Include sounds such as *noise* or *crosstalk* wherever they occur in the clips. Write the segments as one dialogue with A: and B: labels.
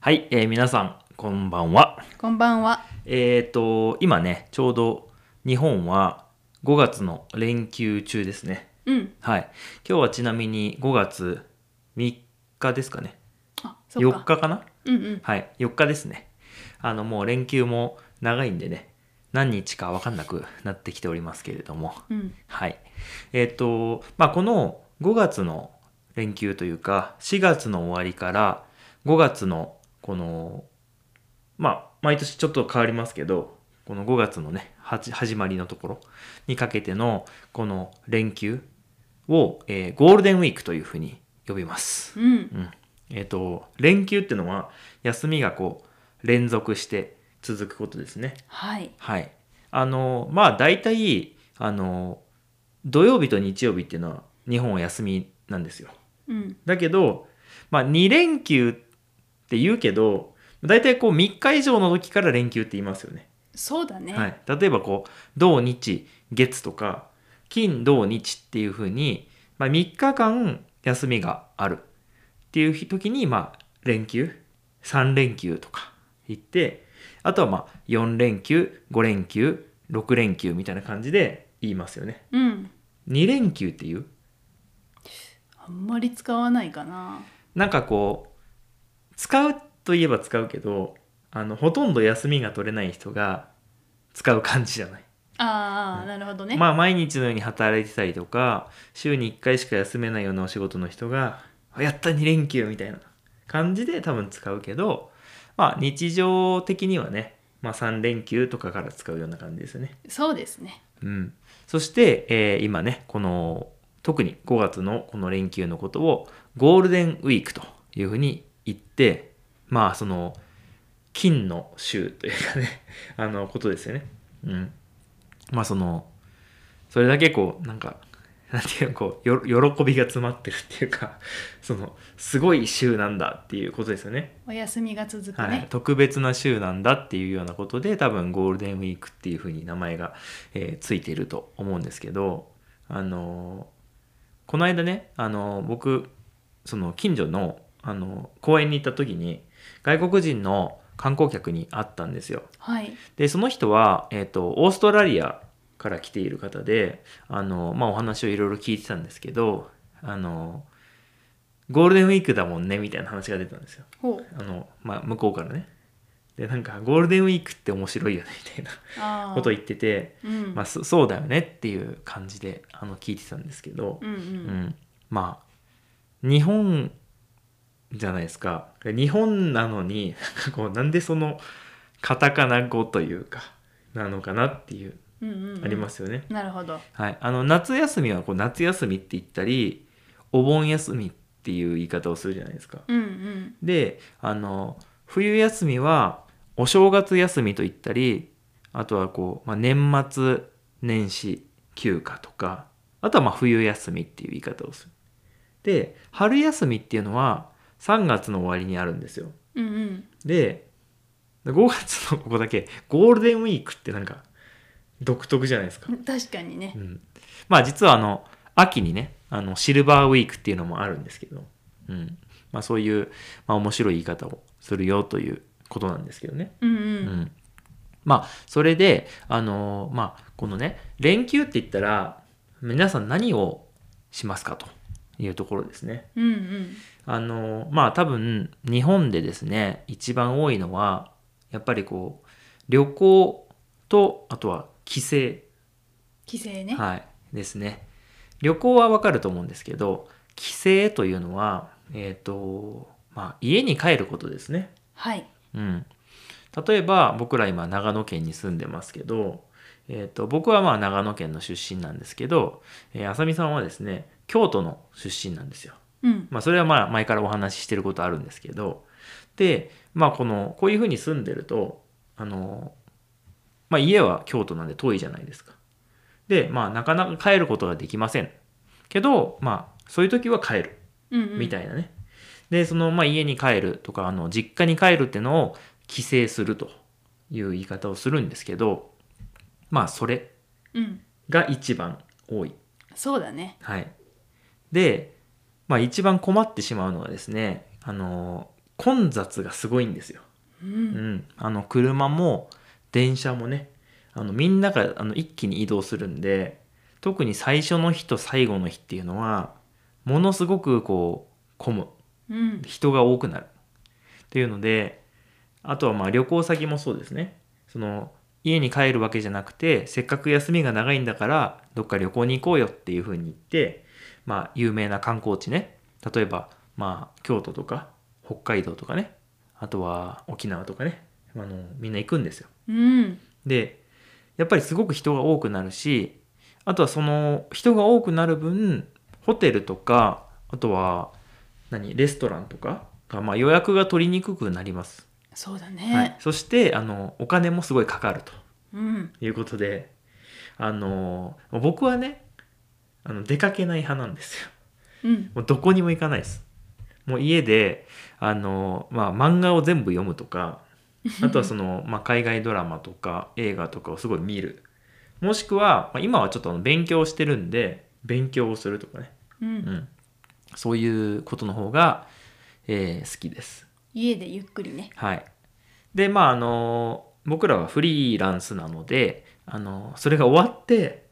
A: はい、えー皆さん、こんばんは。
B: こんばんは。
A: えっ、と、今ね、ちょうど日本は5月の連休中ですね。
B: うん。
A: はい。今日はちなみに5月3日ですかね。
B: あ、そう
A: 4
B: か。
A: 日かな
B: うんうん。
A: はい、4日ですね。あの、もう連休も長いんでね、何日かわかんなくなってきておりますけれども。
B: うん。
A: はい。えっ、と、まあ、この5月の連休というか、4月の終わりから5月のこの、まあ、毎年ちょっと変わりますけど、この5月のね、はじ始まりのところにかけてのこの連休を、えーゴールデンウィークというふうに呼びます。
B: うん。
A: うん。えっ、と、連休ってのは休みがこう連続して続くことですね。
B: はい。
A: はい。あの、まあ大体、あの、土曜日と日曜日っていうのは日本は休みなんですよ。
B: うん。
A: だけど、まあ2連休って言うけど、大体こう3日以上の時から連休って言いますよね。
B: そうだね。
A: はい、例えばこう土日月とか金土日っていう風に、まあ、3日間休みがあるっていう時に、まあ、連休3連休とか行ってあとはまあ4連休5連休6連休みたいな感じで言いますよね
B: うん。
A: 2連休っていう
B: あんまり使わないかな。
A: なんかこう使うといえば使うけどあのほとんど休みが取れない人が使う感じじゃない
B: ああ、なるほどね。
A: まあ毎日のように働いてたりとか週に1回しか休めないようなお仕事の人が「あやった2連休」みたいな感じで多分使うけどまあ日常的にはね、まあ、3連休とかから使うような感じですよね。
B: そうですね。
A: うん、そして、えー今ねこの特に5月のこの連休のことをゴールデンウィークというふうに言ってまあその金の週というかね *laughs* あのことですよね。うん、まあそのそれだけこうなんかなんていうのこうよ喜びが詰まってるっていうかそのすごい週なんだっていうことですよね。
B: お休みが続く
A: はい
B: ね、。
A: 特別な週なんだっていうようなことで多分ゴールデンウィークっていうふうに名前が、えーついていると思うんですけどあのーこの間ね、あのー僕その近所の、あのー公園に行った時に外国人の観光客に会ったんですよ。
B: はい。
A: でその人は、えー、とオーストラリアから来ている方であの、まあ、お話をいろいろ聞いてたんですけどあのゴールデンウィークだもんねみたいな話が出たんですよ。
B: ほう。
A: あの、まあ、向こうからね。で、なんか、ゴールデンウィークって面白いよね、みたい
B: あ
A: な
B: あ。
A: ことを言ってて、
B: うん。
A: まあ、そそうだよねっていう感じで、あの、聞いてたんですけど
B: う、んう。
A: うんん。まあ、日本じゃないですか。日本なのに、なんかこう、なんでその、カタカナ語というか、なのかなっていう、
B: うんうんうん。。
A: ありますすよね。
B: なるほど。
A: はい。あの、夏休みは、こう、夏休みって言ったり、お盆休みっていう言い方をするじゃないですか。
B: うんうん。
A: であの冬休みはお正月休みと言ったりあとはこう、まあ、年末年始休暇とかあとはまあ冬休みっていう言い方をする。で春休みっていうのは3月の終わりにあるんですよ。
B: うんうん。
A: で5月のここだけゴールデンウィークってなんか独特じゃないですか。
B: 確かにね
A: う。ん、まあ実はあの秋にねあのシルバーウィークっていうのもあるんですけど、うんまあ、そういう、まあ、面白い言い方をするよということなんですけどね。
B: うんう。
A: うんん、まあそれで、あのーまあ、このね連休って言ったら皆さん何をしますかというところですね。
B: うんうん。
A: あのまあ多分日本でですね一番多いのはやっぱりこう旅行とあとは帰省
B: 帰省ね。
A: はい、ですね。旅行はわかると思うんですけど、帰省というのは、えっ、と、まあ、家に帰ることですね。
B: はい。
A: うん。例えば、僕ら今、長野県に住んでますけど、えっ、と、僕はまあ、長野県の出身なんですけど、えー、あさみさんはですね、京都の出身なんですよ。
B: うん。
A: まあ、それはまあ、前からお話ししてることあるんですけど、で、まあ、この、こういうふうに住んでると、あの、まあ、家は京都なんで遠いじゃないですか。で、まあ、なかなか帰ることができません。けど、まあ、そういう時は帰る、
B: うんうん。
A: みたいなね。で、その、まあ、家に帰るとか、あの、実家に帰るってのを帰省するという言い方をするんですけど、まあ、それ
B: うん。
A: が一番多い。
B: そうだね。
A: はい。で、まあ一番困ってしまうのはですね、あの、混雑がすごいんですよ。
B: う
A: うんん、あの車も電車もねあのみんながあの一気に移動するんで特に最初の日と最後の日っていうのはものすごくこう混む
B: うん
A: 人が多くなるっていうのであとはまあ旅行先もそうですねその家に帰るわけじゃなくてせっかく休みが長いんだからどっか旅行に行こうよっていうふうに言って、まあ、有名な観光地ね例えばまあ京都とか北海道とかねあとは沖縄とかねあのみんな行くんですよ。
B: うん
A: でやっぱりすごく人が多くなるしあとはその人が多くなる分ホテルとかあとは何レストランとかが、まあ、予約が取りにくくなります、
B: そうだ
A: はい
B: ね、
A: そしてあのお金もすごいかかると
B: うん
A: いうことであの僕はねあの出かけない派なんですよ
B: うん
A: もうどこにも行かないですもう家であの、まあ、漫画を全部読むと
B: *laughs*
A: かあとはその、まあ、海外ドラマとか映画とかをすごい見るもしくは、まあ、今はちょっとあの勉強してるんで勉強をするとかね、
B: う
A: うんん、そういうことの方が、えー好きです
B: 家でゆっくりね
A: はいでまああの僕らはフリーランスなのであのそれが終わって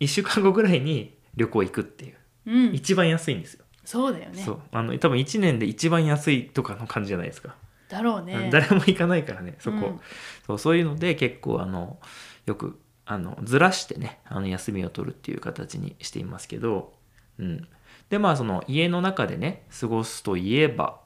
A: 1週間後ぐらいに旅行行くっていう
B: うん
A: 一番安いんですよ
B: そうだよね
A: そうあの多分1年で一番安いとかの感じじゃないですか、
B: だろう
A: うん *laughs*
B: ね
A: 誰も行かないからねそこ、
B: うん
A: そうそういうので結構あのよくあのずらしてねあの休みを取るっていう形にしていますけど、うん、でまあその家の中でね過ごすといえば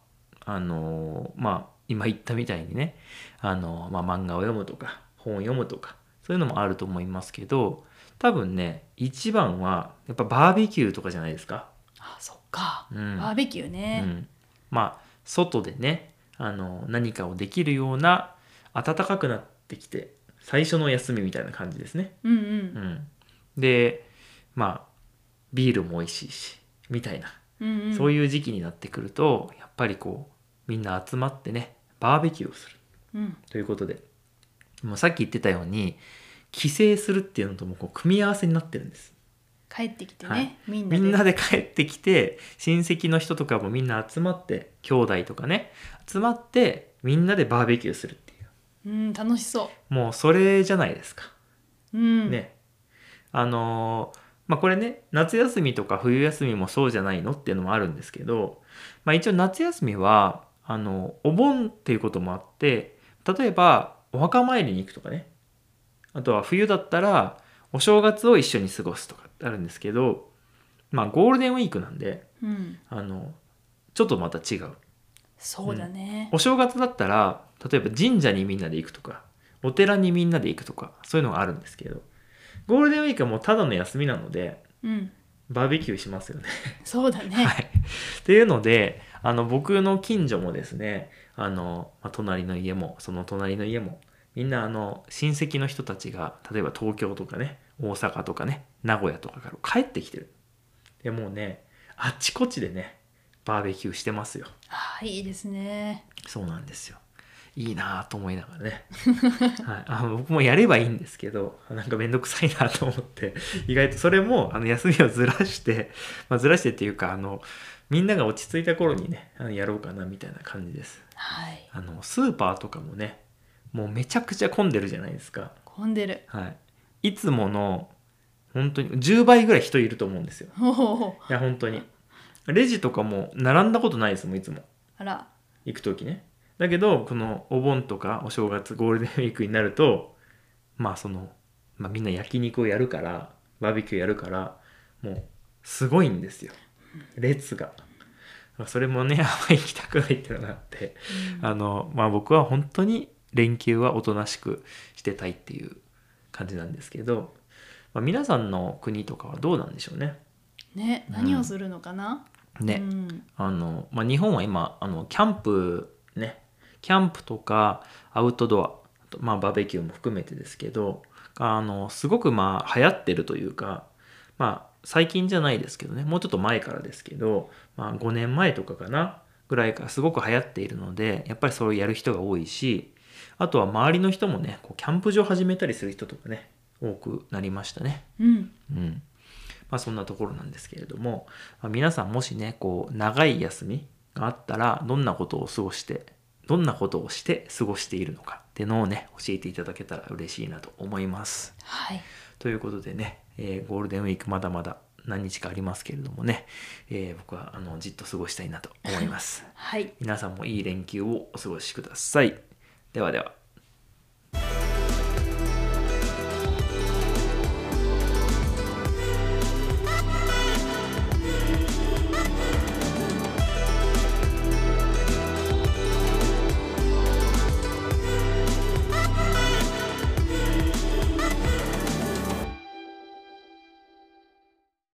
A: あのまあ今言ったみたいにねあの、まあ、漫画を読むとか本を読むとかそういうのもあると思いますけど多分ね一番はやっぱバーベキューとかじゃないですか。
B: あそっか
A: うん
B: バーベキュー
A: う
B: ね
A: ん、まあ外でねあの何かをできるような暖かくなってきて最初の休みみたいな感じですね、
B: うんう
A: うんん、でまあビールも美味しいしみたいな、
B: うんうん
A: そういう時期になってくるとやっぱりこうみんな集まってねバーベキューをする
B: うん
A: ということでもうさっき言ってたように帰省するっていうのともこう組み合わせになってるんです
B: 帰ってきて
A: はい
B: ねみんな
A: み
B: で
A: んなで帰ってきて親戚の人とかもみんな集まって兄弟とかね集まってみんなでバーベキューするっていう
B: うん楽しそ
A: もうそれじゃないですか、
B: ううん
A: ねあのーまあこれね夏休みとか冬休みもそうじゃないのっていうのもあるんですけど、まあ、一応夏休みはあのお盆っていうこともあって例えばお墓参りに行くとかねあとは冬だったらお正月を一緒に過ごすとかってあるんですけどまあゴールデンウィークなんで
B: うん
A: あのちょっとまた違う
B: そうだね
A: お正月だったら例えば神社にみんなで行くとかお寺にみんなで行くとかそういうのがあるんですけどゴールデンウィークはもうただの休みなので
B: うん
A: バーベキューしますよね。 *laughs*
B: そうだね
A: はい、っていうのであの僕の近所もですねあの、まあ隣の家もその隣の家もみんなあの親戚の人たちが例えば東京とかね大阪とかね名古屋とかから帰ってきてる。でもうねあっちこっちでねバーベキューしてますよ。
B: あーいいですね
A: そうなんですよ。いいなぁと思いながらね、 *laughs* はい、あの僕もやればいいんですけどなんかめんどくさいなと思って意外とそれもあの休みをずらして、まあ、ずらしてっていうかあのみんなが落ち着いた頃にねあのやろうかなみたいな感じです
B: はい
A: あのスーパーとかもねもうめちゃくちゃ混んでるじゃないですか、
B: 混んでる
A: はい、いつもの本当に10倍ぐらい人いると思うんですよ
B: おお
A: いや本当にレジとかも並んだことないですもんいつも
B: あら
A: 行く時ねだけどこのお盆とかお正月ゴールデンウィークになるとまあその、まあ、みんな焼肉をやるからバーベキューやるからもうすごいんですよ列がそれもねあんまり行きたくないっていうのがあってあのまあ僕は本当に連休はおとなしくしてたいっていう感じなんですけど、まあ、皆さんの国とかはどうなんでしょうね
B: ね
A: うん
B: 何をするのかな
A: ね、
B: うん
A: あの、まあ、日本は今あのキャンプねキャンプとかアウトドアあとまあ、バーベキューも含めてですけどあのすごくまあ流行ってるというか、まあ、最近じゃないですけどねもうちょっと前からですけど、まあ、5年前とかかなぐらいからすごく流行っているのでやっぱりそれをやる人が多いしあとは周りの人もねこうキャンプ場始めたりする人とかね多くなりましたね。
B: うん
A: うんまあ、そんなところなんですけれども、まあ皆さんもしねこう長い休みがあったらどんなことを過ごしてどんなことをして過ごしているのかっていうのをね教えていただけたら嬉しいなと思います。
B: はい。
A: ということでね、えーゴールデンウィークまだまだ何日かありますけれどもね、えー僕はあのじっと過
B: *laughs*
A: ごしたいなと思います。
B: はい。
A: 皆さんもいい連休をお過ごしください。ではでは。